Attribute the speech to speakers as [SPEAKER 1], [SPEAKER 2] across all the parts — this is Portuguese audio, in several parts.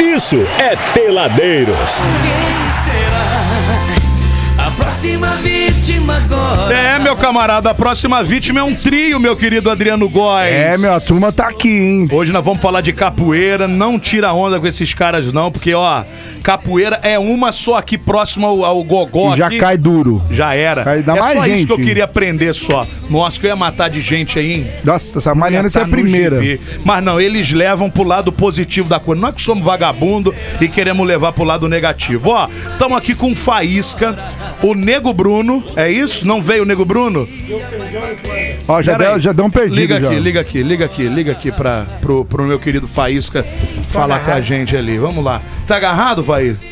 [SPEAKER 1] isso é Peladeiros.
[SPEAKER 2] Quem será a próxima vítima agora?
[SPEAKER 3] É, meu camarada, a próxima vítima é um trio, meu querido Adriano Góes.
[SPEAKER 4] É, meu, a turma tá aqui, hein?
[SPEAKER 3] Hoje nós vamos falar de capoeira, não tira onda com esses caras não, porque ó, capoeira é uma só aqui próxima ao, ao gogó
[SPEAKER 4] E já
[SPEAKER 3] aqui.
[SPEAKER 4] cai duro.
[SPEAKER 3] Já era.
[SPEAKER 4] Cai- dá
[SPEAKER 3] é
[SPEAKER 4] mais
[SPEAKER 3] só isso
[SPEAKER 4] gente.
[SPEAKER 3] que eu queria aprender só. Nossa, que eu ia matar de gente aí, hein?
[SPEAKER 4] Nossa, essa Mariana, essa é a
[SPEAKER 3] Tá no
[SPEAKER 4] primeira.
[SPEAKER 3] gibi. Mas não, eles levam pro lado positivo da coisa. Nós que somos vagabundo e queremos levar pro lado negativo. Ó, estamos aqui com Faísca, o Nego Bruno. É isso? Não veio o Nego Bruno?
[SPEAKER 4] Ó, já
[SPEAKER 3] Pera
[SPEAKER 4] deu,
[SPEAKER 3] aí.
[SPEAKER 4] já deu um perdido
[SPEAKER 3] Liga
[SPEAKER 4] já.
[SPEAKER 3] aqui, liga aqui, liga aqui, liga aqui pra, pro, pro meu querido Faísca falar com a gente ali. Vamos lá. Tá agarrado, Faísca?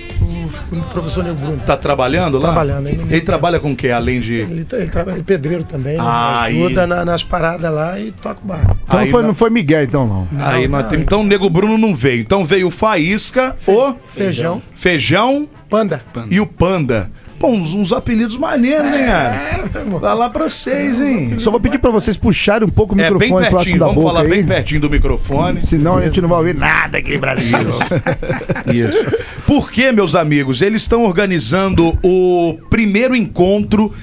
[SPEAKER 5] O professor Nego Bruno.
[SPEAKER 3] Tá trabalhando lá?
[SPEAKER 5] Trabalhando, hein?
[SPEAKER 3] Ele trabalha com o quê? Além de.
[SPEAKER 5] Ele, tá- ele trabalha em pedreiro também. né?
[SPEAKER 3] Ah,
[SPEAKER 5] ajuda
[SPEAKER 3] aí.
[SPEAKER 5] na- nas paradas lá e toca o bar.
[SPEAKER 4] Então
[SPEAKER 3] Aí né?
[SPEAKER 4] foi,
[SPEAKER 3] não-
[SPEAKER 4] não foi Miguel, então, não.
[SPEAKER 3] Aí nós temos- Então o Nego Bruno não veio. Então veio o Faísca, o
[SPEAKER 5] Feijão.
[SPEAKER 3] Feijão
[SPEAKER 5] Panda.
[SPEAKER 3] e o Panda. Pô, uns, uns apelidos maneiros, hein, cara?
[SPEAKER 5] É, meu irmão.
[SPEAKER 3] Dá lá pra vocês, hein?
[SPEAKER 4] Só vou pedir pra vocês puxarem um pouco o
[SPEAKER 3] É bem
[SPEAKER 4] microfone próximo
[SPEAKER 3] pertinho,
[SPEAKER 4] da
[SPEAKER 3] vamos
[SPEAKER 4] boca
[SPEAKER 3] falar
[SPEAKER 4] aí.
[SPEAKER 3] bem pertinho do microfone.
[SPEAKER 4] Senão a gente não vai ouvir nada aqui em Brasil.
[SPEAKER 3] Isso. Porque, meus amigos, eles estão organizando o primeiro encontro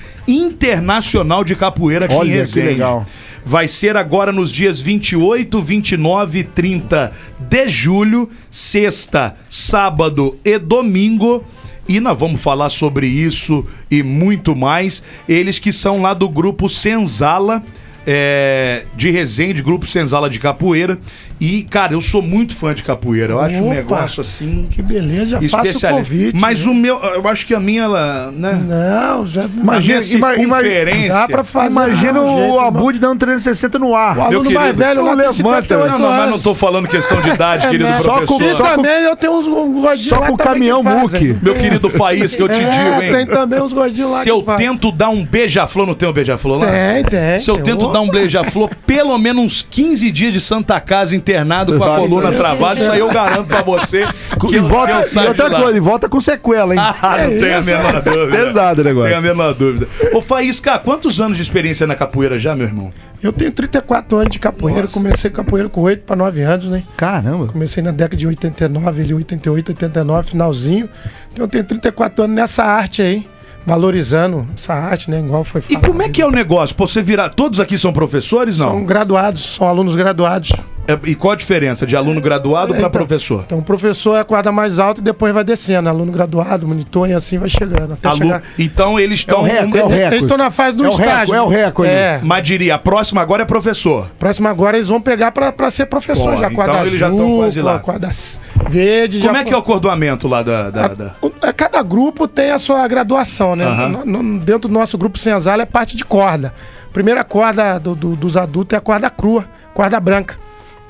[SPEAKER 3] internacional de capoeira aqui
[SPEAKER 4] Olha,
[SPEAKER 3] em
[SPEAKER 4] que
[SPEAKER 3] Resende.
[SPEAKER 4] legal.
[SPEAKER 3] Vai ser agora nos dias 28, 29 e 30 de julho, sexta, sábado e domingo. E nós vamos falar sobre isso e muito mais. Eles que são lá do grupo Senzala. é, de Resende, grupo Senzala de Capoeira. E, cara, eu sou muito fã de capoeira. Eu acho um
[SPEAKER 5] Opa!
[SPEAKER 3] negócio assim.
[SPEAKER 5] Que beleza, já faço o
[SPEAKER 3] Especialista.
[SPEAKER 5] convite.
[SPEAKER 3] Mas
[SPEAKER 5] né?
[SPEAKER 3] o meu, eu acho que a minha, ela, né?
[SPEAKER 5] Não, já.
[SPEAKER 3] A minha
[SPEAKER 4] Imagina- ima- ima-
[SPEAKER 3] circunferência-
[SPEAKER 5] dá pra fazer.
[SPEAKER 4] Imagina
[SPEAKER 3] um
[SPEAKER 5] Não,
[SPEAKER 4] o
[SPEAKER 5] gente,
[SPEAKER 4] Abud dando 360 no ar.
[SPEAKER 5] O aluno
[SPEAKER 3] Meu
[SPEAKER 5] mais
[SPEAKER 3] querido,
[SPEAKER 5] velho
[SPEAKER 4] não
[SPEAKER 5] lá tem
[SPEAKER 4] levanta.
[SPEAKER 5] 58
[SPEAKER 3] Não, não, mas
[SPEAKER 5] anos.
[SPEAKER 3] não tô falando questão de idade, querido
[SPEAKER 5] né?
[SPEAKER 4] Só com-
[SPEAKER 3] professor.
[SPEAKER 5] E
[SPEAKER 4] só com-
[SPEAKER 5] também eu tenho uns uns gordinhos
[SPEAKER 4] só
[SPEAKER 5] lá
[SPEAKER 4] com o
[SPEAKER 5] também que
[SPEAKER 4] caminhão
[SPEAKER 5] fazem.
[SPEAKER 4] Muque.
[SPEAKER 3] Meu querido Faís, que eu te digo,
[SPEAKER 5] É, tem
[SPEAKER 3] hein?
[SPEAKER 5] também uns gordinhos lá
[SPEAKER 3] Se eu
[SPEAKER 5] que fazem.
[SPEAKER 3] tento dar um beija-flor, não tem um beija-flor lá?
[SPEAKER 5] Tem, tem.
[SPEAKER 3] Se eu
[SPEAKER 5] tem
[SPEAKER 3] tento
[SPEAKER 5] um-
[SPEAKER 3] dar um beija-flor, pelo menos uns 15 dias de Santa Casa internado com a coluna travada, isso aí eu garanto pra você. Que
[SPEAKER 4] e,
[SPEAKER 3] eu,
[SPEAKER 4] volta,
[SPEAKER 3] que eu
[SPEAKER 4] e
[SPEAKER 3] saio de
[SPEAKER 4] outra
[SPEAKER 3] lá.
[SPEAKER 4] coisa, e volta com sequela, hein? É
[SPEAKER 3] Ah, não tenho a menor dúvida.
[SPEAKER 4] Pesado o negócio.
[SPEAKER 3] Tenho a menor dúvida. Ô, Faísca, quantos anos de experiência na capoeira já, meu irmão?
[SPEAKER 5] Eu tenho 34 anos de capoeira. Comecei capoeira com 8 para 9 anos, né?
[SPEAKER 4] Caramba.
[SPEAKER 5] Comecei na década de 89, ele 88, 89, finalzinho. Então eu tenho 34 anos nessa arte aí, valorizando essa arte, né? Igual foi
[SPEAKER 3] E
[SPEAKER 5] falado.
[SPEAKER 3] como é que é o negócio? Pô, Você virar. Todos aqui são professores? Não.
[SPEAKER 5] São graduados, são alunos graduados.
[SPEAKER 3] É, E qual a diferença de aluno graduado para
[SPEAKER 5] Então,
[SPEAKER 3] professor?
[SPEAKER 5] Então o professor é a corda mais alta e depois vai descendo. Aluno graduado, monitor e assim vai chegando. Até
[SPEAKER 3] Aluno,
[SPEAKER 5] chegar.
[SPEAKER 3] então eles
[SPEAKER 4] É o
[SPEAKER 3] estão.
[SPEAKER 4] recorde, é o recorde.
[SPEAKER 5] Eles estão na fase do
[SPEAKER 4] É o recorde,
[SPEAKER 5] estágio.
[SPEAKER 4] é o recorde.
[SPEAKER 5] É.
[SPEAKER 3] Mas diria, a próxima agora é professor.
[SPEAKER 5] Próximo agora eles vão pegar pra, pra ser professor
[SPEAKER 3] Ó,
[SPEAKER 5] já.
[SPEAKER 3] então
[SPEAKER 5] Quadra
[SPEAKER 3] eles já tão
[SPEAKER 5] azul,
[SPEAKER 3] quase lá.
[SPEAKER 5] quadra c- verde.
[SPEAKER 3] Como
[SPEAKER 5] já Ah,
[SPEAKER 3] é que é o acordoamento lá da. da- da-
[SPEAKER 5] A- é, Cada grupo tem a sua graduação, né?
[SPEAKER 3] Aham.
[SPEAKER 5] No- no- dentro do nosso grupo Senzala é parte de corda. Primeira corda do- do- dos adultos é a corda crua, corda branca.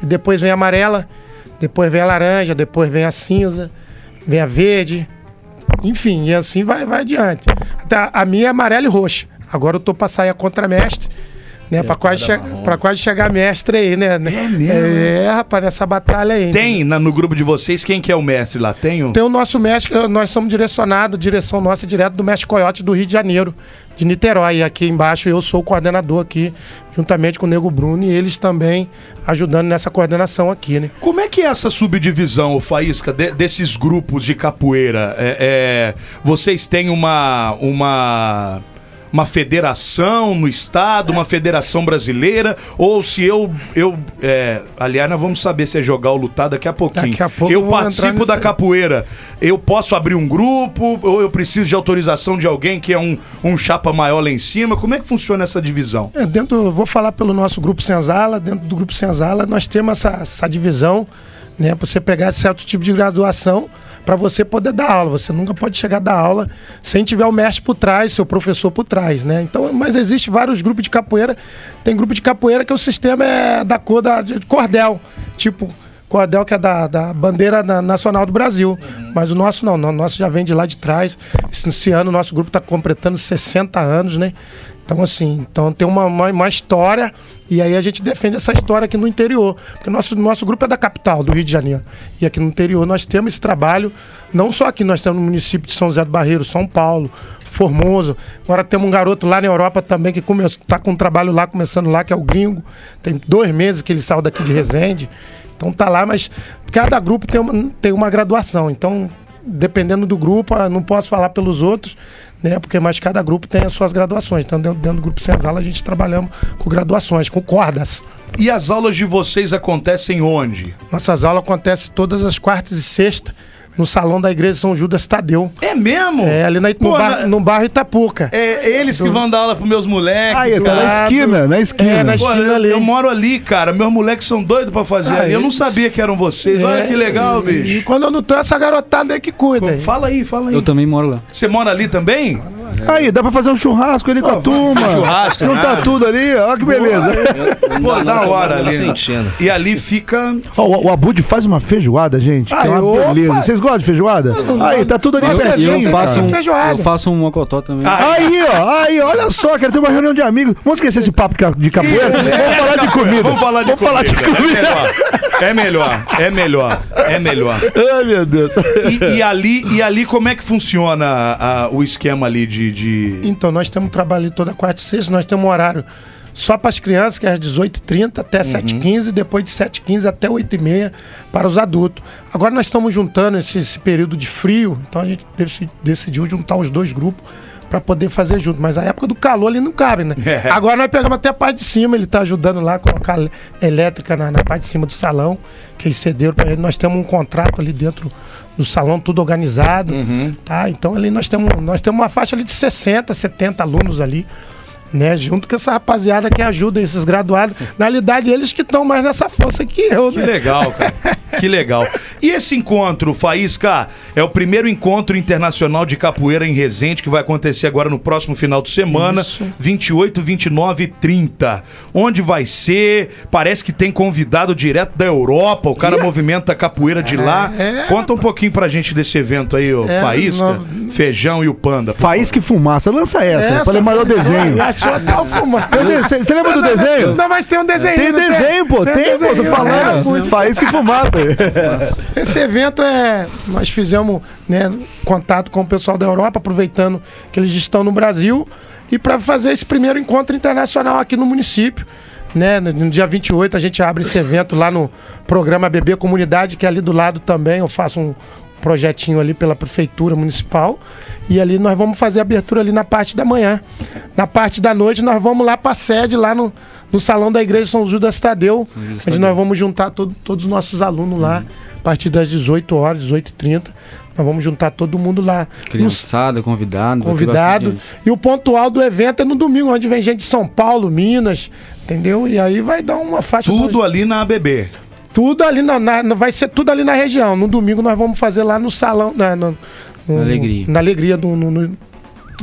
[SPEAKER 5] E depois vem a amarela, depois vem a laranja, depois vem a cinza, vem a verde. Enfim, e assim vai, vai adiante. Até a- a minha é amarela e roxa. Agora eu tô pra sair a contramestre. Né, pra, quase che- pra quase chegar mestre aí, né? É mesmo? É, rapaz, nessa batalha aí.
[SPEAKER 3] Tem na- no grupo de vocês quem que é o mestre lá? Tem um.
[SPEAKER 5] Tem o nosso mestre, nós somos direcionados, direção nossa é direto do mestre Coyote do Rio de Janeiro, de Niterói. E aqui embaixo eu sou o coordenador aqui, juntamente com o Nego Bruno, e eles também ajudando nessa coordenação aqui, né?
[SPEAKER 3] Como é que é essa subdivisão, ô Faísca, de- desses grupos de capoeira? É- é, vocês têm uma, uma, uma federação no estado, uma federação brasileira? Ou se eu. eu é, aliás, nós vamos saber se é jogar ou lutar daqui a pouquinho.
[SPEAKER 5] Daqui a pouco
[SPEAKER 3] eu
[SPEAKER 5] vamos
[SPEAKER 3] participo
[SPEAKER 5] entrar
[SPEAKER 3] da
[SPEAKER 5] nisso aí.
[SPEAKER 3] capoeira. Eu posso abrir um grupo? Ou eu preciso de autorização de alguém que é um, um chapa maior lá em cima? Como é que funciona essa divisão?
[SPEAKER 5] É, dentro, eu vou falar pelo nosso grupo Senzala. Dentro do grupo Senzala, nós temos essa, essa divisão, né? Pra você pegar certo tipo de graduação para você poder dar aula. Você nunca pode chegar a dar aula sem tiver o mestre por trás, seu professor por trás, né? Então, mas existe vários grupos de capoeira. Tem grupo de capoeira que o sistema é da cor da, de cordel, tipo cordel que é da, da bandeira na- nacional do Brasil. Mas o nosso não, não, o nosso já vem de lá de trás. Esse, esse ano o nosso grupo está completando 60 anos, né? Então, assim, então tem uma, uma, uma história e aí a gente defende essa história aqui no interior. Porque nosso, nosso grupo é da capital, do Rio de Janeiro. E aqui no interior nós temos esse trabalho, não só aqui, nós temos no município de São José do Barreiro, São Paulo, Formoso. Agora temos um garoto lá na Europa também que tá está com um trabalho lá, começando lá, que é o gringo. Tem dois meses que ele saiu daqui de Resende. Então tá lá, mas cada grupo tem uma, tem uma graduação. Então, dependendo do grupo, ah, não posso falar pelos outros, né? Porque mais cada grupo tem as suas graduações. Então, dentro, dentro do grupo Senzala, a gente trabalhamos com graduações, com cordas.
[SPEAKER 3] E as aulas de vocês acontecem onde?
[SPEAKER 5] Nossas aulas acontecem todas as quartas e sextas no salão da igreja São Judas Tadeu.
[SPEAKER 3] É mesmo?
[SPEAKER 5] É, ali na, no,
[SPEAKER 3] Pô,
[SPEAKER 5] bar-
[SPEAKER 3] na-
[SPEAKER 5] no bairro Itapuca.
[SPEAKER 3] É eles que vão dar aula pros meus moleques.
[SPEAKER 4] Aí, tá na
[SPEAKER 5] lado.
[SPEAKER 4] esquina, na esquina.
[SPEAKER 5] É, na
[SPEAKER 3] Pô,
[SPEAKER 5] esquina
[SPEAKER 3] eu,
[SPEAKER 5] ali.
[SPEAKER 3] eu moro ali, cara. Meus moleques são doidos pra fazer
[SPEAKER 5] Ah,
[SPEAKER 3] ali. Eu não
[SPEAKER 5] eles-
[SPEAKER 3] sabia que eram vocês. Olha
[SPEAKER 5] É,
[SPEAKER 3] que legal,
[SPEAKER 5] e- E é?
[SPEAKER 3] bicho.
[SPEAKER 5] quando eu não tô, essa garotada aí que cuida. aí.
[SPEAKER 3] Fala aí, fala aí.
[SPEAKER 6] Eu também moro lá.
[SPEAKER 3] Você mora ali também?
[SPEAKER 4] Aí, dá pra fazer um churrasco ali com a turma.
[SPEAKER 3] churrasco,
[SPEAKER 4] Juntar
[SPEAKER 3] nada.
[SPEAKER 4] tudo ali, olha que beleza.
[SPEAKER 3] Pô, da hora
[SPEAKER 2] não
[SPEAKER 3] ali. né?
[SPEAKER 2] sentindo.
[SPEAKER 3] E ali fica.
[SPEAKER 4] Ó, o, o Abud faz uma feijoada, gente. que é uma
[SPEAKER 5] Ai, opa.
[SPEAKER 4] beleza. Vocês gostam de feijoada? Aí, tá tudo ali
[SPEAKER 5] Nossa,
[SPEAKER 6] E
[SPEAKER 4] pertinho.
[SPEAKER 6] eu
[SPEAKER 5] vem,
[SPEAKER 6] faço,
[SPEAKER 5] cara.
[SPEAKER 6] um,
[SPEAKER 5] Feijoada. Ah,
[SPEAKER 6] eu faço um mocotó também.
[SPEAKER 4] Aí, ó, aí, olha só, quero ter uma reunião de amigos. Vamos esquecer esse papo de ca- de capoeira? Vamos falar de comida.
[SPEAKER 3] Vamos falar de
[SPEAKER 4] Vamos falar de comida.
[SPEAKER 3] É melhor, é melhor, é melhor.
[SPEAKER 4] Ai, meu Deus.
[SPEAKER 3] E, e ali, e ali, como é que funciona a- o esquema ali de. de-
[SPEAKER 5] Então, nós temos trabalho toda quarta e sexta, nós temos um horário só para as crianças, que é às 18h30 até 7h15, depois de 7h15 até 8h30 para os adultos. Agora nós estamos juntando esse, esse período de frio, então a gente deci- decidiu juntar os dois grupos para poder fazer junto. Mas a época do calor ali não cabe, né?
[SPEAKER 3] É.
[SPEAKER 5] Agora nós pegamos até a parte de cima, ele tá ajudando lá a colocar le- elétrica na, na parte de cima do salão, que eles cederam para ele. Nós temos um contrato ali dentro do salão, tudo organizado,
[SPEAKER 4] Uhum.
[SPEAKER 5] tá? Então ali nós temos, nós temos uma faixa ali de 60, 70 alunos ali, né? Junto com essa rapaziada que ajuda esses graduados. Na realidade, eles que estão mais nessa força que eu,
[SPEAKER 3] Que
[SPEAKER 5] né?
[SPEAKER 3] legal, cara. Que legal. E esse encontro, Faísca, é o primeiro encontro internacional de capoeira em Resende, que vai acontecer agora no próximo final de semana,
[SPEAKER 5] Isso.
[SPEAKER 3] 28, 29 e 30. Onde vai ser? Parece que tem convidado direto da Europa, o cara movimenta a capoeira de lá.
[SPEAKER 5] é,
[SPEAKER 3] Conta um pouquinho pra gente desse evento aí, ô
[SPEAKER 5] É,
[SPEAKER 3] Faísca,
[SPEAKER 5] no-
[SPEAKER 3] Feijão e o Panda.
[SPEAKER 4] Faísca e fumaça, lança essa, pra lembrar o é desenho.
[SPEAKER 5] Achou até o fumar.
[SPEAKER 4] Tem um desenho. Você lembra do desenho?
[SPEAKER 5] Não, mas tem um desenho.
[SPEAKER 4] Tem
[SPEAKER 5] não
[SPEAKER 4] desenho, pô,
[SPEAKER 5] um
[SPEAKER 4] tem, pô, tô
[SPEAKER 5] desenho, né?
[SPEAKER 4] falando. Faísca e fumaça.
[SPEAKER 5] Esse evento é. Nós fizemos né, contato com o pessoal da Europa, aproveitando que eles estão no Brasil, e para fazer esse primeiro encontro internacional aqui no município. Né, no- no dia 28 a gente abre esse evento lá no programa Bebê Comunidade, que é ali do lado também. Eu faço um projetinho ali pela prefeitura municipal. E ali nós vamos fazer a abertura ali na parte da manhã. Na parte da noite nós vamos lá para a sede, lá no, no salão da igreja São Judas Tadeu, Uhum. onde nós vamos juntar todo- todos os nossos alunos lá, a partir das 18 horas, 18h30. Nós vamos juntar todo mundo lá. Nos-
[SPEAKER 6] Criançada, convidado. vai ter
[SPEAKER 5] convidado.
[SPEAKER 6] bastante gente.
[SPEAKER 5] E o pontual do evento é no domingo, onde vem gente de São Paulo, Minas, entendeu? E aí vai dar uma faixa.
[SPEAKER 3] Tudo ali na ABB.
[SPEAKER 5] Tudo ali na, na- vai ser tudo ali na região. No domingo nós vamos fazer lá no salão. Na, na- no-
[SPEAKER 6] Na Alegria.
[SPEAKER 5] Na alegria do. No, no, no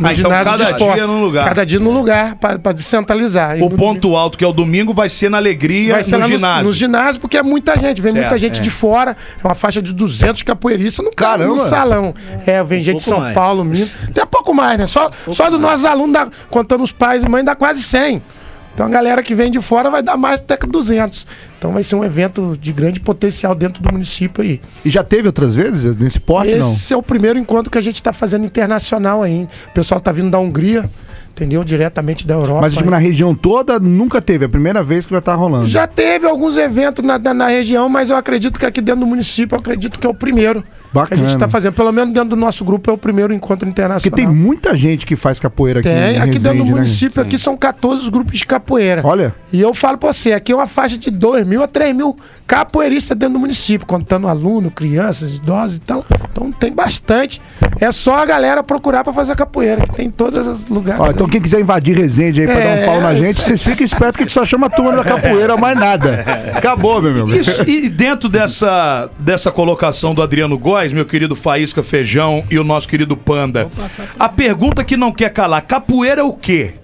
[SPEAKER 3] Ah, então
[SPEAKER 5] ginásio
[SPEAKER 3] cada
[SPEAKER 5] de esporte.
[SPEAKER 3] dia num lugar. É.
[SPEAKER 5] Cada dia no lugar, pra, pra descentralizar. E
[SPEAKER 3] O
[SPEAKER 5] no
[SPEAKER 3] ponto alto, que é o domingo, vai ser na alegria
[SPEAKER 5] Vai ser
[SPEAKER 3] no
[SPEAKER 5] lá
[SPEAKER 3] ginásio.
[SPEAKER 5] no, no ginásio, porque é muita gente. Vem
[SPEAKER 3] Certo,
[SPEAKER 5] muita gente
[SPEAKER 6] é.
[SPEAKER 5] de fora. É uma faixa de 200 capoeiristas no, cabe no
[SPEAKER 4] Caramba!
[SPEAKER 5] salão. É, vem gente de
[SPEAKER 2] pouco
[SPEAKER 5] São
[SPEAKER 2] mais.
[SPEAKER 5] Paulo, Minas. Até pouco mais, né? Só, só dos nossos alunos, dá, contando os pais e mães, dá quase 100. Então a galera que vem de fora vai dar mais até que 200. Então vai ser um evento de grande potencial dentro do município aí.
[SPEAKER 4] E já teve outras vezes nesse porte, Ah, não?
[SPEAKER 5] Esse é o primeiro encontro que a gente está fazendo internacional aí. O pessoal tá vindo da Hungria, entendeu? Diretamente da Europa.
[SPEAKER 4] Mas tipo, na região toda nunca teve, é a primeira vez que vai estar rolando.
[SPEAKER 5] Já teve alguns eventos na, na- na região, mas eu acredito que aqui dentro do município, eu acredito que é o primeiro que a
[SPEAKER 4] Bacana.
[SPEAKER 5] gente está fazendo. Pelo menos dentro do nosso grupo é o primeiro encontro
[SPEAKER 4] Porque
[SPEAKER 5] internacional.
[SPEAKER 4] tem muita gente que faz capoeira aqui
[SPEAKER 5] Tem,
[SPEAKER 4] em
[SPEAKER 5] aqui dentro do
[SPEAKER 4] Resende, né?
[SPEAKER 5] município, aqui são 14 grupos de capoeira.
[SPEAKER 4] Olha.
[SPEAKER 5] E eu falo pra você, aqui é uma faixa de 2 mil a 3 mil capoeiristas dentro do município, contando aluno, crianças, idosos, então, então tem bastante. É só a galera procurar pra fazer capoeira, que tem em todos os lugares.
[SPEAKER 4] Ó, então quem quiser invadir Resende aí pra dar um
[SPEAKER 5] É,
[SPEAKER 4] pau na
[SPEAKER 5] é
[SPEAKER 4] gente, vocês fiquem espertos que a gente só chama a turma da capoeira, mais nada. Acabou, meu amigo.
[SPEAKER 3] Isso, e dentro dessa, dessa colocação do Adriano Góes, meu querido Faísca Feijão e o nosso querido Panda, a pergunta que não quer calar: capoeira é o quê?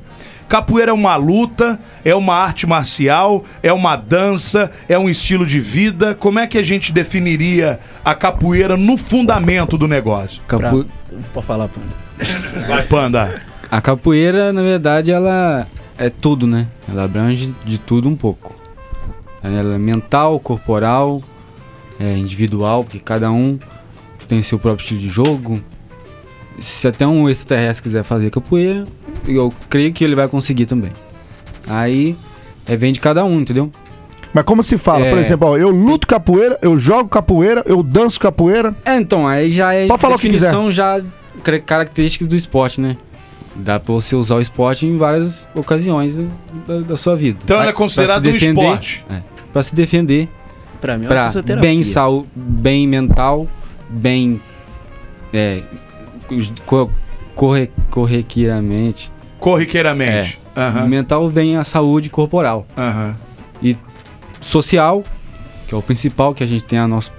[SPEAKER 3] Capoeira é uma luta, é uma arte marcial, é uma dança, é um estilo de vida. Como é que a gente definiria a capoeira no fundamento do negócio?
[SPEAKER 6] Capo-
[SPEAKER 2] Pode falar, Panda.
[SPEAKER 3] Vai, Panda.
[SPEAKER 6] A capoeira, na verdade, ela é tudo, né? Ela abrange de tudo um pouco. Ela é mental, corporal, é individual, porque cada um tem seu próprio estilo de jogo. Se até um extraterrestre quiser fazer capoeira, eu creio que ele vai conseguir também. Aí é, vem de cada um, entendeu?
[SPEAKER 4] Mas como se fala?
[SPEAKER 6] É.
[SPEAKER 4] Por exemplo, ó, eu luto capoeira, eu jogo capoeira, eu danço capoeira.
[SPEAKER 6] É, então, aí já é
[SPEAKER 4] Pode falar o que
[SPEAKER 6] definição já cra- características do esporte, né? Dá pra você usar o esporte em várias ocasiões né, da, da sua vida.
[SPEAKER 3] Então
[SPEAKER 6] Pra-
[SPEAKER 3] ela é considerado
[SPEAKER 6] pra
[SPEAKER 3] um
[SPEAKER 6] se defender-
[SPEAKER 3] esporte.
[SPEAKER 6] Pra se defender,
[SPEAKER 7] Pra mim é uma
[SPEAKER 6] pra
[SPEAKER 7] fisioterapia.
[SPEAKER 6] bem saúde, bem mental, bem... É, co- corre, corriqueiramente.
[SPEAKER 3] Corriqueiramente.
[SPEAKER 6] É.
[SPEAKER 3] Aham,
[SPEAKER 6] Mental vem a saúde corporal.
[SPEAKER 3] aham.
[SPEAKER 6] Social, que é o principal, que a gente tem a nosso,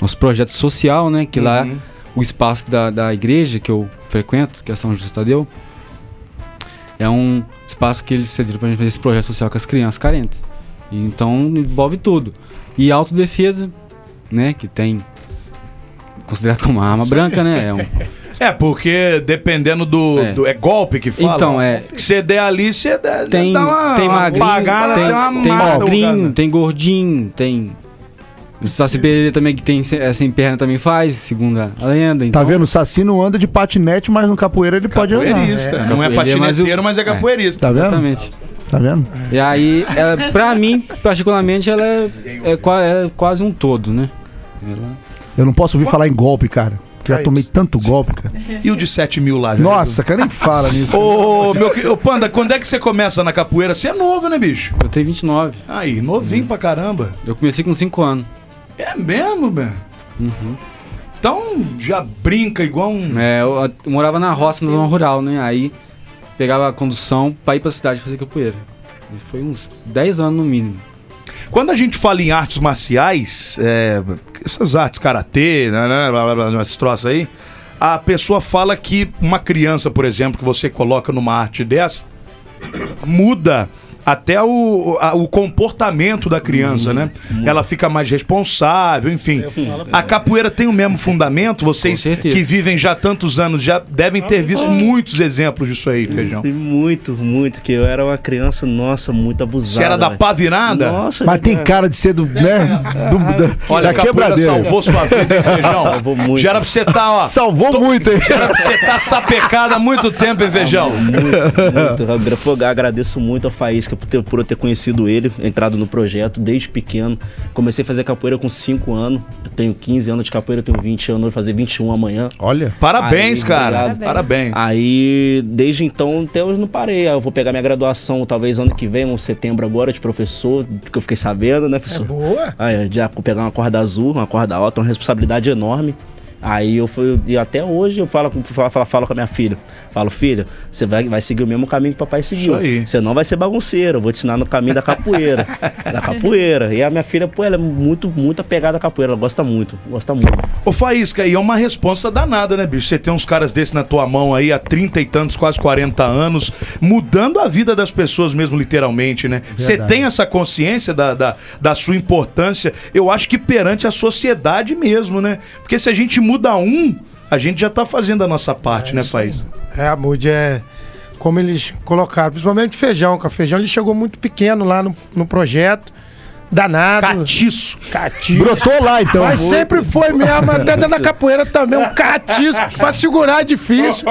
[SPEAKER 6] nosso projeto social, né? Que lá...
[SPEAKER 3] Uhum.
[SPEAKER 6] o espaço da, da igreja que eu frequento, que é São Justo Tadeu, é um espaço que eles cederam pra gente fazer esse projeto social com as crianças carentes. E então envolve tudo. E autodefesa, né, que tem considerado como uma arma branca, né? É um-
[SPEAKER 3] É, porque dependendo do. do- É,
[SPEAKER 6] É.
[SPEAKER 3] golpe que fala.
[SPEAKER 6] então, é,
[SPEAKER 3] Que você der ali, você dá,
[SPEAKER 6] tem,
[SPEAKER 3] dá uma,
[SPEAKER 6] tem
[SPEAKER 3] uma
[SPEAKER 6] magrinho,
[SPEAKER 3] pagada,
[SPEAKER 6] tem,
[SPEAKER 3] tem uma
[SPEAKER 6] tem
[SPEAKER 3] mata o
[SPEAKER 6] magrinho,
[SPEAKER 3] cara.
[SPEAKER 6] tem gordinho, tem... O Saci Pereira também, que tem sem, é, sem perna, também faz, segundo a
[SPEAKER 4] Tá
[SPEAKER 6] lenda. Então,
[SPEAKER 4] vendo? O Saci não anda de patinete, mas no capoeira ele pode andar.
[SPEAKER 3] Capoeirista. Não é
[SPEAKER 6] Capoeira, mas
[SPEAKER 3] patineteiro,
[SPEAKER 6] o-
[SPEAKER 3] mas é
[SPEAKER 6] é.
[SPEAKER 3] capoeirista.
[SPEAKER 4] Tá vendo?
[SPEAKER 6] Exatamente.
[SPEAKER 4] Tá vendo?
[SPEAKER 6] E aí, ela, pra mim, particularmente, ela é, é qua- é quase um todo, né? Ela-
[SPEAKER 4] Eu não posso ouvir falar em golpe, cara. Porque já
[SPEAKER 5] É
[SPEAKER 4] tomei tanto golpe, cara.
[SPEAKER 3] E o de 7 mil lá, já
[SPEAKER 4] Nossa, cara, nem fala nisso.
[SPEAKER 3] Ô, meu que- ô, Panda, quando é que você começa na capoeira? Você é novo, né, bicho?
[SPEAKER 6] Eu tenho 29.
[SPEAKER 3] Aí,
[SPEAKER 6] Uhum.
[SPEAKER 3] novinho pra caramba.
[SPEAKER 6] Eu comecei com 5 anos.
[SPEAKER 3] É mesmo, velho.
[SPEAKER 6] Uhum.
[SPEAKER 3] Então, já brinca igual um.
[SPEAKER 6] É, eu, eu morava na roça, na zona rural, né? Aí pegava a condução pra ir pra cidade fazer capoeira. Isso foi uns 10 anos no mínimo.
[SPEAKER 3] Quando a gente fala em artes marciais, é, essas artes karatê, né, né, blá, blá, blá, esses troços aí, a pessoa fala que uma criança, por exemplo, que você coloca numa arte dessa, muda até o, a- o comportamento da criança, né?
[SPEAKER 7] Uhum,
[SPEAKER 3] Ela fica mais responsável, enfim. A capoeira tem o mesmo fundamento, vocês
[SPEAKER 6] Com certeza.
[SPEAKER 3] que vivem já tantos anos já devem ter visto muitos exemplos disso aí, feijão.
[SPEAKER 7] Tem muito, muito, que eu era uma criança, nossa, muito abusada.
[SPEAKER 3] Você era da
[SPEAKER 7] velho.
[SPEAKER 3] pá virada?
[SPEAKER 7] Nossa,
[SPEAKER 4] Mas tem
[SPEAKER 7] cara.
[SPEAKER 4] cara de ser do, né? Do, da,
[SPEAKER 3] Olha, a capoeira
[SPEAKER 4] da quebradeira. Salvou,
[SPEAKER 3] salvou sua vida, hein, feijão.
[SPEAKER 7] Salvou muito.
[SPEAKER 3] Já era pra você tá, ó.
[SPEAKER 4] muito, hein?
[SPEAKER 3] Já era pra você tá sapecado há muito tempo, hein, feijão.
[SPEAKER 7] Muito, muito. Agra- pô, Agradeço muito ao Faísca por, ter, por eu ter conhecido ele, entrado no projeto desde pequeno. Comecei a fazer capoeira com 5 anos. Eu tenho 15 anos de capoeira, eu tenho 20 anos, vou fazer 21 amanhã.
[SPEAKER 5] Olha.
[SPEAKER 3] Parabéns,
[SPEAKER 7] Aí,
[SPEAKER 3] cara.
[SPEAKER 7] obrigado.
[SPEAKER 3] Parabéns.
[SPEAKER 7] Aí, desde então, até hoje não parei. Aí Eu vou pegar minha graduação, talvez ano que vem, ou setembro agora, de professor, que eu fiquei sabendo, né,
[SPEAKER 5] É
[SPEAKER 7] professor?
[SPEAKER 5] boa.
[SPEAKER 7] Aí, já vou pegar uma corda azul, uma corda alta, uma responsabilidade enorme. Aí eu fui, e até hoje eu falo, com- falo, falo, falo com a minha filha. Falo, filha, você vai, vai seguir o mesmo caminho que o papai seguiu.
[SPEAKER 3] aí.
[SPEAKER 7] Você não vai ser bagunceiro, eu vou te ensinar no caminho da capoeira. da capoeira. E a minha filha, pô, ela é muito, muito apegada à capoeira, ela gosta muito, gosta muito.
[SPEAKER 3] Ô, Faísca, e é uma responsa danada, né, bicho? Você tem uns caras desses na tua mão aí há 30 e tantos, quase 40 anos, mudando a vida das pessoas mesmo, literalmente, né? Você tem essa consciência da, da, da sua importância, eu acho que perante a sociedade mesmo, né? Porque se a gente muda um, a gente já tá fazendo a nossa parte, né, Faísca?
[SPEAKER 5] É, a Mude é. Como eles colocaram, principalmente o feijão, que o feijão ele chegou muito pequeno lá no, no projeto. Danado.
[SPEAKER 3] Catiço.
[SPEAKER 5] Catiço.
[SPEAKER 4] Brotou lá, então.
[SPEAKER 5] Mas sempre foi mesmo, até dentro da capoeira também, um catiço pra segurar é difícil.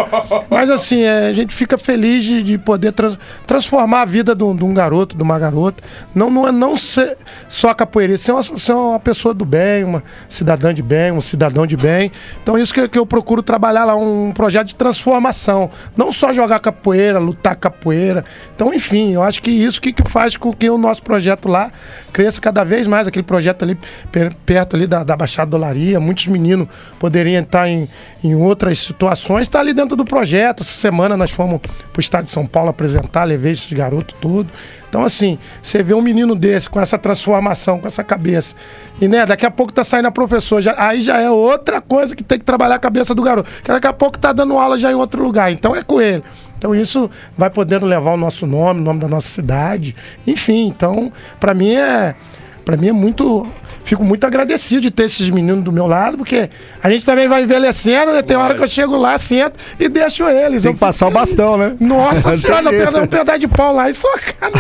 [SPEAKER 5] Mas assim, é, a gente fica feliz de, de poder trans- transformar a vida de um, de um garoto, de uma garota. Não, não é não ser só capoeirista, ser uma, ser uma pessoa do bem, uma cidadã de bem, um cidadão de bem. Então isso que, que eu procuro trabalhar lá, um projeto de transformação. Não só jogar capoeira, lutar capoeira. Então, enfim, eu acho que isso que, que faz com que o nosso projeto lá cresça cada vez mais. Aquele projeto ali per- perto ali da, da Baixada Dolaria, muitos meninos poderiam estar em, em outras situações. Está ali dentro do projeto. Essa semana nós fomos para o estado de São Paulo apresentar, levei esses garotos tudo. Então, assim, você vê um menino desse com essa transformação, com essa cabeça. E, né, daqui a pouco tá saindo a professora. já- aí já é outra coisa que tem que trabalhar a cabeça do garoto. Porque daqui a pouco tá dando aula já em outro lugar. Então é com ele. Então isso vai podendo levar o nosso nome, o nome da nossa cidade. Enfim, então, pra mim é. Pra mim é muito. Fico muito agradecido de ter esses meninos do meu lado, porque a gente também vai envelhecendo, né? Tem hora que eu chego lá, sento e deixo eles.
[SPEAKER 4] Tem
[SPEAKER 5] Eu
[SPEAKER 4] que passar o
[SPEAKER 5] fico-
[SPEAKER 4] bastão, né?
[SPEAKER 5] Nossa
[SPEAKER 4] Tem
[SPEAKER 5] senhora, eu
[SPEAKER 4] jeito.
[SPEAKER 5] pego um pedaço de pau lá e socando.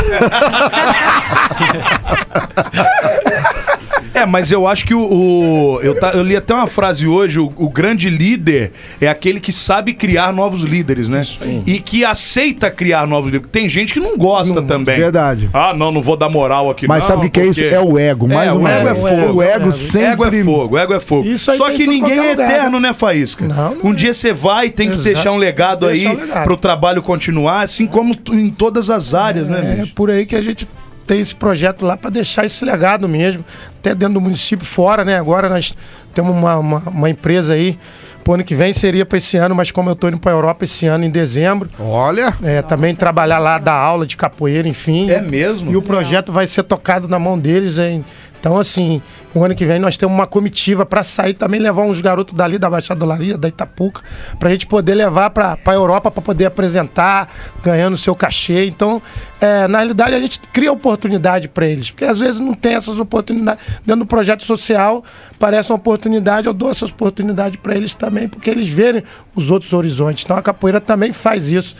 [SPEAKER 3] É, mas eu acho que o. o- eu, tá- eu li até uma frase hoje: o, o grande líder é aquele que sabe criar novos líderes, né? E que aceita criar novos líderes. Tem gente que não gosta também.
[SPEAKER 4] verdade.
[SPEAKER 3] Ah, não, não vou dar moral aqui,
[SPEAKER 4] Mas
[SPEAKER 3] não,
[SPEAKER 4] sabe o que, que é isso?
[SPEAKER 3] porque-
[SPEAKER 4] É o ego. Mais
[SPEAKER 3] é,
[SPEAKER 4] um
[SPEAKER 3] o ego é fogo.
[SPEAKER 4] O ego
[SPEAKER 3] Ego é
[SPEAKER 4] sempre.
[SPEAKER 3] fogo, ego é fogo.
[SPEAKER 5] Isso aí
[SPEAKER 3] Só
[SPEAKER 5] tem
[SPEAKER 3] que
[SPEAKER 5] em
[SPEAKER 3] ninguém
[SPEAKER 5] qualquer
[SPEAKER 3] é
[SPEAKER 5] lugar,
[SPEAKER 3] eterno, né, Faísca?
[SPEAKER 5] Não, não é.
[SPEAKER 3] Um dia você vai, tem que
[SPEAKER 5] Exato.
[SPEAKER 3] deixar um legado aí
[SPEAKER 5] Deixar um legado.
[SPEAKER 3] pro trabalho continuar, assim como tu- em todas as áreas, né,
[SPEAKER 5] É
[SPEAKER 3] bicho?
[SPEAKER 5] por aí que a gente tem esse projeto lá para deixar esse legado mesmo, até dentro do município, fora, né? Agora nós temos uma, uma, uma empresa aí, pro ano que vem seria para esse ano, mas como eu tô indo para Europa esse ano, em dezembro,
[SPEAKER 4] Olha.
[SPEAKER 5] é, também trabalhar lá, dar aula de capoeira, enfim.
[SPEAKER 3] É mesmo?
[SPEAKER 5] E o projeto vai ser tocado na mão deles, hein? Então, assim, o ano que vem nós temos uma comitiva para sair também, levar uns garotos dali da Baixada Olaria, da Itapuca, para a gente poder levar para a Europa para poder apresentar, ganhando seu cachê. Então, é, na realidade, a gente cria oportunidade para eles, porque às vezes não tem essas oportunidades. Dentro do projeto social, parece uma oportunidade, eu dou essas oportunidades para eles também, porque eles verem os outros horizontes. Então, a capoeira também faz isso.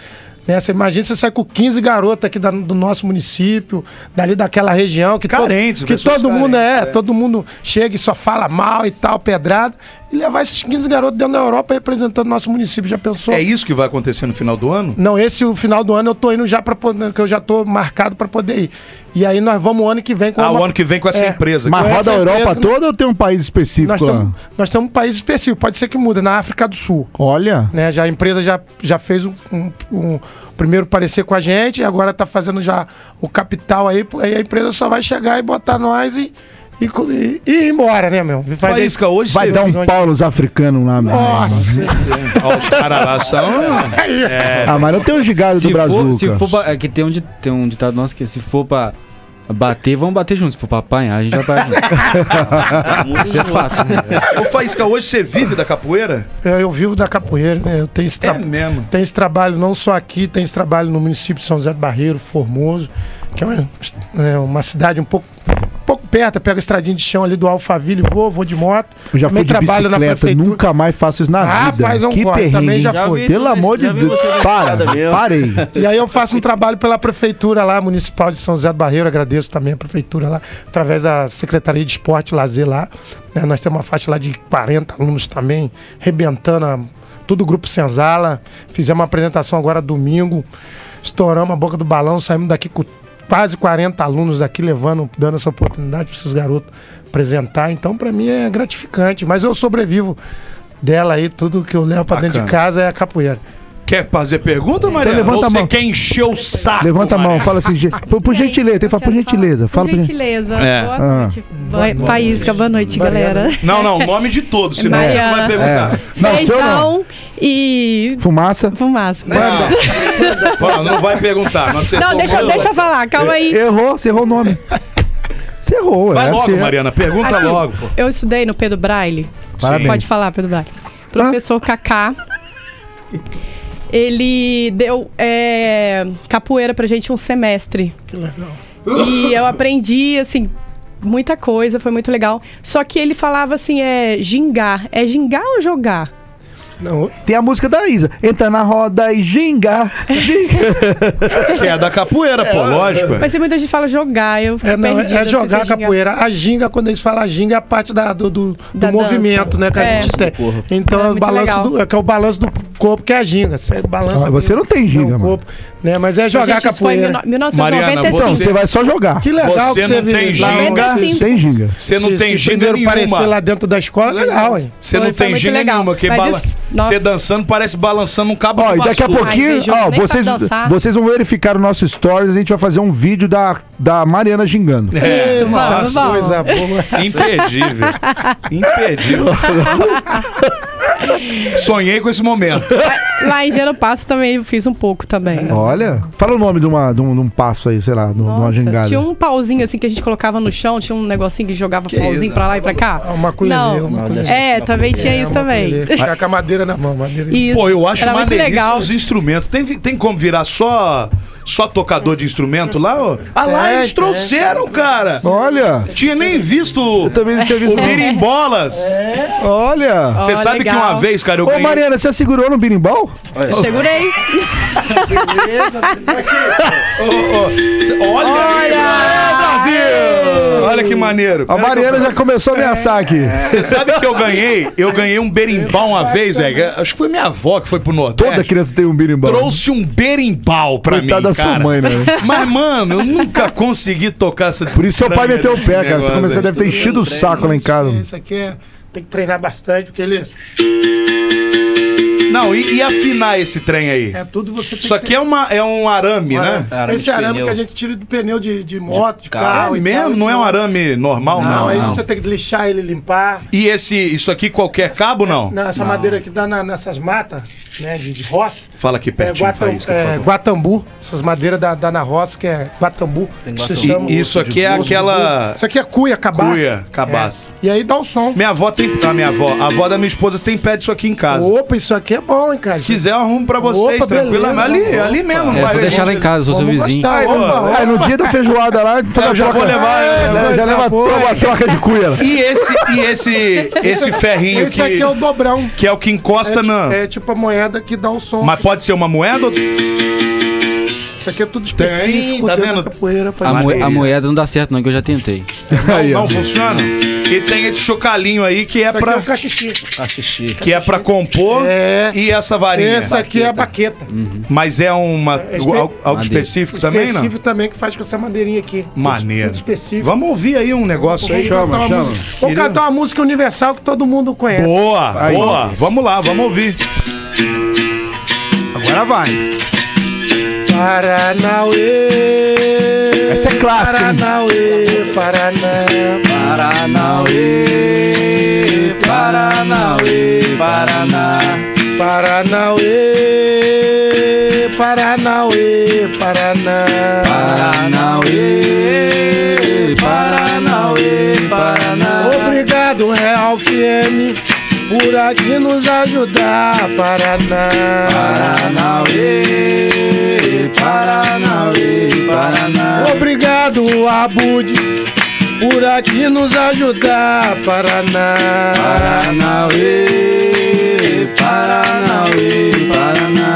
[SPEAKER 5] Né? Você imagina, você sai com 15 garotas aqui da- do nosso município, dali daquela região, que, to-
[SPEAKER 3] Carentes,
[SPEAKER 5] que
[SPEAKER 3] pessoas
[SPEAKER 5] todo mundo é,
[SPEAKER 3] carentes, é.
[SPEAKER 5] todo mundo chega e só fala mal e tal, pedrada, e levar esses 15 garotos dentro da Europa representando nosso município, já pensou?
[SPEAKER 3] É isso que vai acontecer no final do ano?
[SPEAKER 5] Não, esse o final do ano eu tô indo já para que eu já tô marcado para poder ir. E aí nós vamos o ano que vem com
[SPEAKER 3] Ah,
[SPEAKER 5] uma-
[SPEAKER 3] o ano que vem com essa
[SPEAKER 5] É,
[SPEAKER 3] empresa.
[SPEAKER 4] Mas
[SPEAKER 5] Com
[SPEAKER 4] roda a
[SPEAKER 5] certeza,
[SPEAKER 4] Europa
[SPEAKER 5] né?
[SPEAKER 4] toda ou tem um país específico?
[SPEAKER 5] nós
[SPEAKER 4] lá?
[SPEAKER 5] temos nós temos um país específico, pode ser que muda, na África do Sul.
[SPEAKER 4] Olha.
[SPEAKER 5] né? Já a empresa já, já fez um, um- um primeiro parecer com a gente, e agora tá fazendo já o capital aí, pô, aí a empresa só vai chegar e botar nós e, e, co- e- e ir embora, né, meu? Faz isso.
[SPEAKER 3] Faísca, hoje
[SPEAKER 4] Vai
[SPEAKER 3] você-
[SPEAKER 4] dar um pau nos africanos lá, meu.
[SPEAKER 5] Nossa,
[SPEAKER 3] Ó, os
[SPEAKER 4] um
[SPEAKER 3] caras lá são.
[SPEAKER 4] Ah, mas não tem o gigado do
[SPEAKER 6] Se
[SPEAKER 4] Brasil.
[SPEAKER 6] for, se for pra- é que tem um, di- tem um ditado nosso que se for pra bater, vamos bater junto. Se for pra apanhar, a gente vai apanhar junto. Isso é fato. né?
[SPEAKER 3] Ô, Faísca, hoje você vive da capoeira?
[SPEAKER 5] eu, eu vivo da capoeira, né? Eu tenho esse
[SPEAKER 3] É
[SPEAKER 5] trabalho.
[SPEAKER 3] mesmo.
[SPEAKER 5] Tem esse trabalho não só aqui, tem esse trabalho no município de São José do Barreiro, Formoso, que é uma, é uma cidade um pouco, um pouco perto. Eu pego a estradinha de chão ali do Alphaville, vou, vou de moto.
[SPEAKER 4] Eu já fui
[SPEAKER 5] Também
[SPEAKER 4] de bicicleta, nunca mais faço isso na
[SPEAKER 5] Ah,
[SPEAKER 4] vida.
[SPEAKER 5] rapaz, é um
[SPEAKER 4] que
[SPEAKER 5] corre,
[SPEAKER 4] perrengue.
[SPEAKER 5] também já
[SPEAKER 4] hein?
[SPEAKER 5] fui.
[SPEAKER 4] Pelo
[SPEAKER 7] Já vi
[SPEAKER 4] amor de
[SPEAKER 7] você
[SPEAKER 4] Deus.
[SPEAKER 7] na
[SPEAKER 4] Para,
[SPEAKER 7] estrada mesmo.
[SPEAKER 4] parei.
[SPEAKER 5] E aí eu faço um trabalho pela prefeitura lá, municipal de São José do Barreiro, agradeço também a prefeitura lá, através da Secretaria de Esporte e Lazer lá. né? Nós temos uma faixa lá de 40 alunos também, rebentando a- todo o grupo Senzala. Fizemos uma apresentação agora domingo, estouramos a boca do balão, saímos daqui com quase 40 alunos daqui levando, dando essa oportunidade para esses garotos apresentar. Então, para mim é gratificante, mas eu sobrevivo dela aí, tudo que eu levo para dentro de
[SPEAKER 3] Bacana.
[SPEAKER 5] casa é a capoeira.
[SPEAKER 3] Quer fazer pergunta, Maria?
[SPEAKER 4] Então levanta a
[SPEAKER 3] Você
[SPEAKER 4] mão.
[SPEAKER 3] quer encher o saco?
[SPEAKER 4] Levanta a mão,
[SPEAKER 3] Maria?
[SPEAKER 4] fala assim. ge- Por, por
[SPEAKER 8] Tem,
[SPEAKER 4] gentileza, tem que falar por
[SPEAKER 8] quero
[SPEAKER 4] gentileza.
[SPEAKER 8] falar.
[SPEAKER 4] Fala
[SPEAKER 8] Por
[SPEAKER 4] por gentileza.
[SPEAKER 8] gentileza.
[SPEAKER 6] É.
[SPEAKER 8] Boa
[SPEAKER 4] Ah.
[SPEAKER 8] noite. Boa, Faísca, boa noite, galera.
[SPEAKER 3] Não, não, o nome de todos,
[SPEAKER 4] É
[SPEAKER 3] senão você não vai
[SPEAKER 8] Mariana.
[SPEAKER 3] perguntar.
[SPEAKER 4] Não, seu não.
[SPEAKER 8] Feijão e
[SPEAKER 4] Fumaça.
[SPEAKER 8] fumaça.
[SPEAKER 3] Não, Fala, não vai perguntar. Não, acertou
[SPEAKER 8] Não, deixa,
[SPEAKER 3] o nome.
[SPEAKER 8] deixa eu falar, calma aí.
[SPEAKER 4] Errou, você errou o nome. Você errou,
[SPEAKER 3] Vai
[SPEAKER 4] é,
[SPEAKER 3] logo,
[SPEAKER 4] você-
[SPEAKER 3] Mariana, pergunta
[SPEAKER 8] Aqui.
[SPEAKER 3] logo. pô.
[SPEAKER 8] Eu estudei no Pedro Braille.
[SPEAKER 4] Parabéns.
[SPEAKER 8] Pode falar, Pedro Braille. Professor Kaká. Ele deu é, capoeira pra gente um semestre. Que legal. E eu aprendi, assim, muita coisa, foi muito legal. Só que ele falava assim: é gingar. É gingar ou jogar?
[SPEAKER 5] Não,
[SPEAKER 4] Tem a música da Isa. Entra na roda e ginga.
[SPEAKER 3] Que é da capoeira, pô, lógico. é.
[SPEAKER 8] Mas muita gente fala jogar, eu fico
[SPEAKER 5] É, não, é-
[SPEAKER 8] perdida,
[SPEAKER 5] é
[SPEAKER 8] Tá não sei se
[SPEAKER 5] jogar
[SPEAKER 8] gingar.
[SPEAKER 5] capoeira. A ginga, quando eles falam a ginga, é a parte da- do, do- do
[SPEAKER 8] Da
[SPEAKER 5] movimento,
[SPEAKER 8] dança.
[SPEAKER 5] né? Que a
[SPEAKER 8] É.
[SPEAKER 5] gente tem. Então,
[SPEAKER 8] É
[SPEAKER 5] é, o
[SPEAKER 8] muito
[SPEAKER 5] balanço
[SPEAKER 8] legal.
[SPEAKER 5] do, é, que é o balanço do corpo, que é a ginga. Você balança
[SPEAKER 4] Ah, você
[SPEAKER 5] o-
[SPEAKER 4] não tem ginga,
[SPEAKER 5] o
[SPEAKER 4] mano.
[SPEAKER 5] corpo, né? Mas é
[SPEAKER 8] Gente,
[SPEAKER 5] jogar
[SPEAKER 8] isso foi em
[SPEAKER 5] capoeira.
[SPEAKER 8] mil-
[SPEAKER 3] Mariana,
[SPEAKER 8] 1995.
[SPEAKER 4] Então, você vai só jogar.
[SPEAKER 5] Que legal
[SPEAKER 3] Você
[SPEAKER 5] que
[SPEAKER 3] não
[SPEAKER 5] teve
[SPEAKER 3] tem
[SPEAKER 5] lá um-
[SPEAKER 8] ginga.
[SPEAKER 5] esse-
[SPEAKER 8] Sim.
[SPEAKER 4] Tem ginga.
[SPEAKER 3] Você não
[SPEAKER 5] esse
[SPEAKER 3] tem ginga
[SPEAKER 5] primeiro parecer lá
[SPEAKER 3] nenhuma.
[SPEAKER 5] dentro da escola, é legal, hein?
[SPEAKER 3] Você
[SPEAKER 8] Foi-
[SPEAKER 3] não
[SPEAKER 8] foi
[SPEAKER 3] tem
[SPEAKER 8] é muito
[SPEAKER 3] ginga
[SPEAKER 8] legal.
[SPEAKER 3] nenhuma. Que
[SPEAKER 8] Mas
[SPEAKER 3] bala...
[SPEAKER 8] isso- nossa.
[SPEAKER 3] Você dançando parece balançando um cabo
[SPEAKER 4] Ó,
[SPEAKER 3] de
[SPEAKER 4] e daqui a
[SPEAKER 3] vassoura.
[SPEAKER 4] pouquinho,
[SPEAKER 8] Ai, beijo,
[SPEAKER 4] ó,
[SPEAKER 8] nem sabe
[SPEAKER 4] vocês,
[SPEAKER 8] dançar.
[SPEAKER 4] vocês vão verificar o nosso stories, a gente vai fazer um vídeo da, da Mariana gingando.
[SPEAKER 3] É,
[SPEAKER 8] Isso,
[SPEAKER 3] tá
[SPEAKER 8] vamos,
[SPEAKER 5] Nossa,
[SPEAKER 8] vamos.
[SPEAKER 5] coisa boa.
[SPEAKER 3] Imperdível. Imperdível. Sonhei com esse momento.
[SPEAKER 8] Lá em Gelo Passo também eu fiz um pouco também.
[SPEAKER 3] É.
[SPEAKER 4] Olha, fala o nome de, uma, de, um, de um passo aí, sei lá, de, um- de uma
[SPEAKER 8] Nossa,
[SPEAKER 4] gingada.
[SPEAKER 8] tinha um pauzinho assim que a gente colocava no chão, tinha um negocinho que jogava pauzinho pra lá e pra cá.
[SPEAKER 5] Ah, Uma colher,
[SPEAKER 8] Não.
[SPEAKER 5] uma colher.
[SPEAKER 8] É, também tinha isso também.
[SPEAKER 5] Ficar com a madeira na mão, madeira.
[SPEAKER 8] Isso.
[SPEAKER 3] Pô, eu acho
[SPEAKER 8] Era muito
[SPEAKER 3] maneiríssimo
[SPEAKER 8] legal.
[SPEAKER 3] os instrumentos. Tem, tem como virar só só tocador de instrumento lá? Ó? Ah lá,
[SPEAKER 5] É,
[SPEAKER 3] eles
[SPEAKER 5] é.
[SPEAKER 3] trouxeram, cara.
[SPEAKER 4] Olha,
[SPEAKER 3] Tinha nem visto o-
[SPEAKER 4] também não tinha visto.
[SPEAKER 3] o Birimbolas.
[SPEAKER 8] É.
[SPEAKER 4] olha.
[SPEAKER 3] Você
[SPEAKER 8] Ó,
[SPEAKER 3] sabe que
[SPEAKER 8] legal.
[SPEAKER 3] uma vez, cara, eu
[SPEAKER 4] Ô,
[SPEAKER 3] ganhei...
[SPEAKER 4] Mariana, você segurou no birimbau?
[SPEAKER 8] Segurei.
[SPEAKER 3] Olha, aí, Brasil! Olha que maneiro. Pera
[SPEAKER 4] A
[SPEAKER 3] que eu-
[SPEAKER 4] Mariana já começou a
[SPEAKER 3] é,
[SPEAKER 4] ameaçar aqui.
[SPEAKER 3] Você sabe que eu ganhei? Eu ganhei um berimbau uma vez, velho. Acho que foi minha avó que foi pro Nordeste.
[SPEAKER 4] Toda criança tem um birimbau.
[SPEAKER 3] É, trouxe um berimbau pra
[SPEAKER 4] Coitada
[SPEAKER 3] mim,
[SPEAKER 4] da
[SPEAKER 3] cara.
[SPEAKER 4] sua mãe, né?
[SPEAKER 3] Mas, mano, eu nunca consegui tocar essa
[SPEAKER 4] Por isso seu pai meteu o pé, cara. Você
[SPEAKER 3] é Negócio
[SPEAKER 4] começou,
[SPEAKER 3] aí.
[SPEAKER 4] deve ter enchido o saco lá em casa.
[SPEAKER 5] Isso aqui é. Tem que treinar bastante, porque ele.
[SPEAKER 3] Não, e, e afinar esse trem aí?
[SPEAKER 5] É tudo você tem
[SPEAKER 3] Isso
[SPEAKER 5] que
[SPEAKER 3] aqui é, uma, é um arame, né?
[SPEAKER 5] Arame.
[SPEAKER 7] Arame
[SPEAKER 5] Esse
[SPEAKER 7] de
[SPEAKER 5] arame
[SPEAKER 7] pneu.
[SPEAKER 5] que a gente tira do pneu de, de moto, de
[SPEAKER 3] Ah,
[SPEAKER 5] carro.
[SPEAKER 3] é
[SPEAKER 5] e
[SPEAKER 3] mesmo?
[SPEAKER 5] tal,
[SPEAKER 3] Não é um
[SPEAKER 5] então,
[SPEAKER 3] arame normal,
[SPEAKER 5] Não, é
[SPEAKER 3] não.
[SPEAKER 5] aí
[SPEAKER 6] não.
[SPEAKER 5] você tem que lixar ele, limpar.
[SPEAKER 3] E esse, isso aqui, qualquer cabo, não?
[SPEAKER 5] Não, essa madeira que dá na- nessas matas, né, de, de roça.
[SPEAKER 3] Fala aqui pertinho,
[SPEAKER 5] é, guatam-
[SPEAKER 3] Faísca, por
[SPEAKER 5] é,
[SPEAKER 3] favor.
[SPEAKER 5] guatambu, essas madeiras da, da na roça, que é guatambu. que se chama-
[SPEAKER 3] E isso aqui é aquela...
[SPEAKER 5] Isso aqui é cuia, cabaça.
[SPEAKER 3] Cuia, cabaça.
[SPEAKER 5] É. E aí dá o som.
[SPEAKER 3] Minha avó tem... Ah, minha avó. A avó da minha esposa tem pé disso aqui em casa.
[SPEAKER 5] Opa, isso aqui é bom, hein, cara.
[SPEAKER 3] Se quiser, eu arrumo pra vocês,
[SPEAKER 5] Opa,
[SPEAKER 3] tranquilo.
[SPEAKER 5] beleza,
[SPEAKER 3] Mas ali,
[SPEAKER 5] opa.
[SPEAKER 3] ali mesmo.
[SPEAKER 6] É,
[SPEAKER 3] vai-
[SPEAKER 6] só deixar lá em casa, sou seu
[SPEAKER 5] Vamos
[SPEAKER 6] vizinho.
[SPEAKER 5] gostar,
[SPEAKER 3] Ô,
[SPEAKER 5] opa, opa. É,
[SPEAKER 4] Ah, no dia da feijoada lá, tu
[SPEAKER 3] Eu "Ah, já vou levar, eu já
[SPEAKER 4] né?
[SPEAKER 3] vou
[SPEAKER 4] Já leva
[SPEAKER 5] levar,
[SPEAKER 4] tro- uma troca de cuia.
[SPEAKER 3] E esse, e esse, esse ferrinho
[SPEAKER 5] Esse
[SPEAKER 3] que,
[SPEAKER 5] aqui é o dobrão.
[SPEAKER 3] que é o que encosta
[SPEAKER 5] É,
[SPEAKER 3] na...
[SPEAKER 5] ti- é tipo a moeda que dá o som.
[SPEAKER 3] Mas pode ser uma moeda ou...
[SPEAKER 5] Isso aqui é tudo
[SPEAKER 3] Tem,
[SPEAKER 5] específico.
[SPEAKER 3] tá
[SPEAKER 5] dentro da
[SPEAKER 3] vendo?
[SPEAKER 5] Capoeira, pra
[SPEAKER 6] A,
[SPEAKER 5] gente.
[SPEAKER 6] moe-
[SPEAKER 3] Maneiro.
[SPEAKER 6] a moeda não dá certo, não, que eu já tentei.
[SPEAKER 4] Aí, ó.
[SPEAKER 3] Não funciona? E tem esse chocalinho aí que é
[SPEAKER 5] Isso aqui é
[SPEAKER 3] pra
[SPEAKER 5] o cachixi.
[SPEAKER 7] Assistir.
[SPEAKER 3] que é para compor
[SPEAKER 5] É.
[SPEAKER 3] e essa varinha.
[SPEAKER 5] Essa aqui é a baqueta.
[SPEAKER 3] Mas é uma
[SPEAKER 5] espe-
[SPEAKER 3] al- algo
[SPEAKER 6] Madeira.
[SPEAKER 3] específico também, não?
[SPEAKER 5] específico também que faz com essa madeirinha aqui.
[SPEAKER 3] Maneiro.
[SPEAKER 5] Tudo específico.
[SPEAKER 3] Vamos ouvir aí um negócio aí.
[SPEAKER 5] Vamos cantar uma música- Vamos cantar uma música universal que todo mundo conhece.
[SPEAKER 3] Boa,
[SPEAKER 4] Aí.
[SPEAKER 3] boa. Vamos lá, vamos ouvir.
[SPEAKER 4] Agora vai.
[SPEAKER 5] Paranauê.
[SPEAKER 4] Essa é clássica, hein?
[SPEAKER 5] Paranauê, Paraná.
[SPEAKER 6] Paranauê, Paranauê, Paraná.
[SPEAKER 5] Paranauê, Paranauê, Paraná.
[SPEAKER 6] Paranauê, Paranauê, Paraná.
[SPEAKER 5] Obrigado, Real FM, por aqui nos ajudar, Paraná.
[SPEAKER 6] Paranauê, Paranauê, Paraná.
[SPEAKER 5] Obrigado, Abud, por aqui nos ajudar, Paraná.
[SPEAKER 6] Paranauê, Paranauê, Paraná.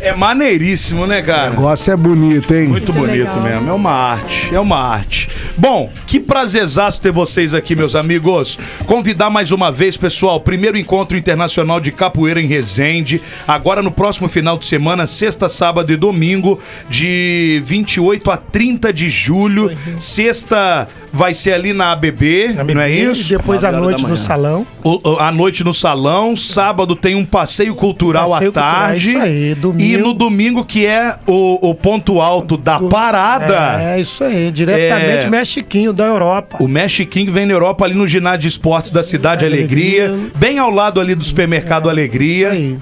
[SPEAKER 3] É maneiríssimo, né, cara?
[SPEAKER 4] O negócio é bonito, hein?
[SPEAKER 3] Muito bonito
[SPEAKER 8] legal.
[SPEAKER 3] mesmo, é uma arte, é uma arte. Bom, que prazerzaço ter vocês aqui, meus amigos. Convidar mais uma vez, pessoal, primeiro encontro internacional de capoeira em Resende, agora no próximo final de semana, sexta, sábado e domingo, de 28 a 30 de julho. Sexta vai ser ali na ABB, não é isso?
[SPEAKER 5] E depois à
[SPEAKER 7] Nove horas
[SPEAKER 5] noite
[SPEAKER 7] da
[SPEAKER 5] no
[SPEAKER 7] manhã.
[SPEAKER 5] salão.
[SPEAKER 3] O- o- à noite no salão, sábado tem um passeio cultural
[SPEAKER 5] Passeio
[SPEAKER 3] à
[SPEAKER 5] cultural, é
[SPEAKER 3] tarde.
[SPEAKER 5] isso aí, domingo-
[SPEAKER 3] E no domingo, que é o, o ponto alto da parada.
[SPEAKER 5] É, isso aí, diretamente
[SPEAKER 3] Ah. É.
[SPEAKER 5] mexiquinho da Europa.
[SPEAKER 3] O Mesh King vem na Europa ali no ginásio de esportes da Cidade Alegria,
[SPEAKER 5] Alegria.
[SPEAKER 3] bem ao lado ali do supermercado Alegria.
[SPEAKER 5] Isso aí.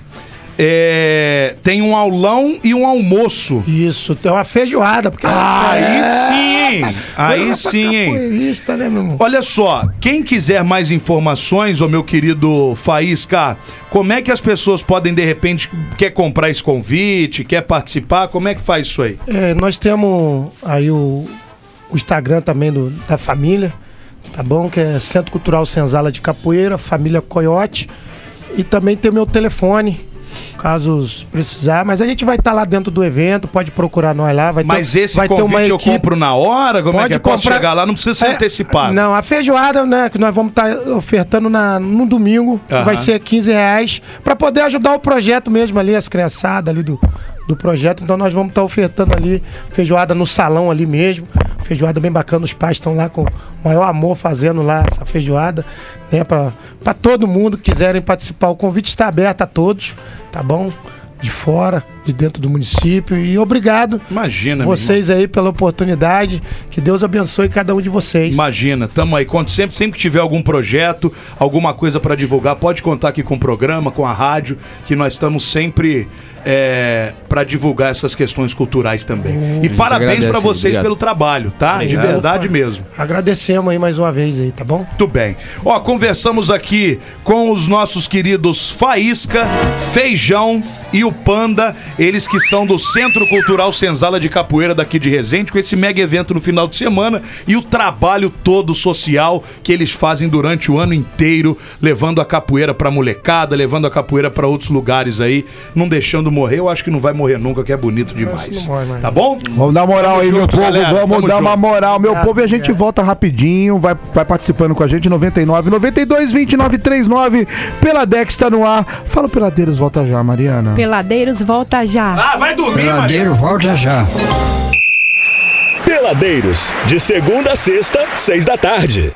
[SPEAKER 3] É, tem um aulão e um almoço.
[SPEAKER 5] Isso, tem uma feijoada, porque
[SPEAKER 3] Ah, Aí
[SPEAKER 5] É,
[SPEAKER 3] sim! Aí sim, hein?
[SPEAKER 5] capoeirista, né, meu irmão?
[SPEAKER 3] Olha só, quem quiser mais informações, ô meu querido Faísca, como é que as pessoas podem, de repente, quer comprar esse convite, quer participar? Como é que faz isso aí?
[SPEAKER 5] É, nós temos aí o, o Instagram também do- da família, tá bom? Que é Centro Cultural Senzala de Capoeira, Família Coiote. E também tem meu telefone, caso precisar. Mas a gente vai estar lá dentro do evento, pode procurar nós lá. Vai ter- um-
[SPEAKER 3] Mas esse
[SPEAKER 5] vai ter uma
[SPEAKER 3] convite eu
[SPEAKER 5] equipe-
[SPEAKER 3] compro na hora? Como é que
[SPEAKER 5] Pode
[SPEAKER 3] é? Posso
[SPEAKER 5] comprar-
[SPEAKER 3] chegar lá? Não precisa ser
[SPEAKER 5] É,
[SPEAKER 3] antecipado.
[SPEAKER 5] Não, a feijoada, né, que nós vamos estar ofertando na, no domingo, que
[SPEAKER 3] Aham.
[SPEAKER 5] vai ser 15 reais, para poder ajudar o projeto mesmo ali, as criançadas ali do, do projeto. Então nós vamos estar ofertando ali feijoada no salão ali mesmo. Feijoada bem bacana, os pais estão lá com o maior amor fazendo lá essa feijoada, né? Para todo mundo que quiserem participar. O convite está aberto a todos, tá bom? De fora, de dentro do município. E obrigado
[SPEAKER 3] Imagina, meu irmão.
[SPEAKER 5] vocês aí pela oportunidade. Que Deus abençoe cada um de vocês.
[SPEAKER 3] Imagina, tamo aí. Quando sempre, sempre que tiver algum projeto, alguma coisa pra divulgar, pode contar aqui com o programa, com a rádio, que nós estamos sempre é, para divulgar essas questões culturais também. e
[SPEAKER 6] gente
[SPEAKER 3] parabéns
[SPEAKER 6] agradece,
[SPEAKER 3] pra vocês
[SPEAKER 6] obrigado.
[SPEAKER 3] pelo trabalho, tá? De
[SPEAKER 7] Obrigado.
[SPEAKER 3] verdade mesmo.
[SPEAKER 5] Agradecemos aí mais uma vez aí, tá bom?
[SPEAKER 3] Muito bem. Ó, conversamos aqui com os nossos queridos Faísca, Feijão e o Panda. Eles que são do Centro Cultural Senzala de Capoeira daqui de Resende, com esse mega evento no final de semana e o trabalho todo social que eles fazem durante o ano inteiro, levando a capoeira pra molecada, levando a capoeira pra outros lugares aí, não deixando morrer. Eu acho que não vai morrer nunca, que é bonito demais.
[SPEAKER 5] não morre mais. né?
[SPEAKER 3] Tá bom?
[SPEAKER 4] Vamos dar moral
[SPEAKER 3] Tamo
[SPEAKER 4] aí, meu
[SPEAKER 3] junto,
[SPEAKER 4] povo.
[SPEAKER 3] galera.
[SPEAKER 4] Vamos
[SPEAKER 3] Tamo
[SPEAKER 4] dar
[SPEAKER 3] junto. É,
[SPEAKER 4] uma moral, meu povo. E a gente volta rapidinho. Vai, vai participando com a gente. 99 92 29 39. Peladex tá no ar. Fala, Peladeiros, volta já, Mariana.
[SPEAKER 8] Peladeiros, volta já.
[SPEAKER 3] Ah, vai dormir, mano.
[SPEAKER 9] Peladeiro, volta já.
[SPEAKER 1] Peladeiros, de segunda a sexta, seis da tarde.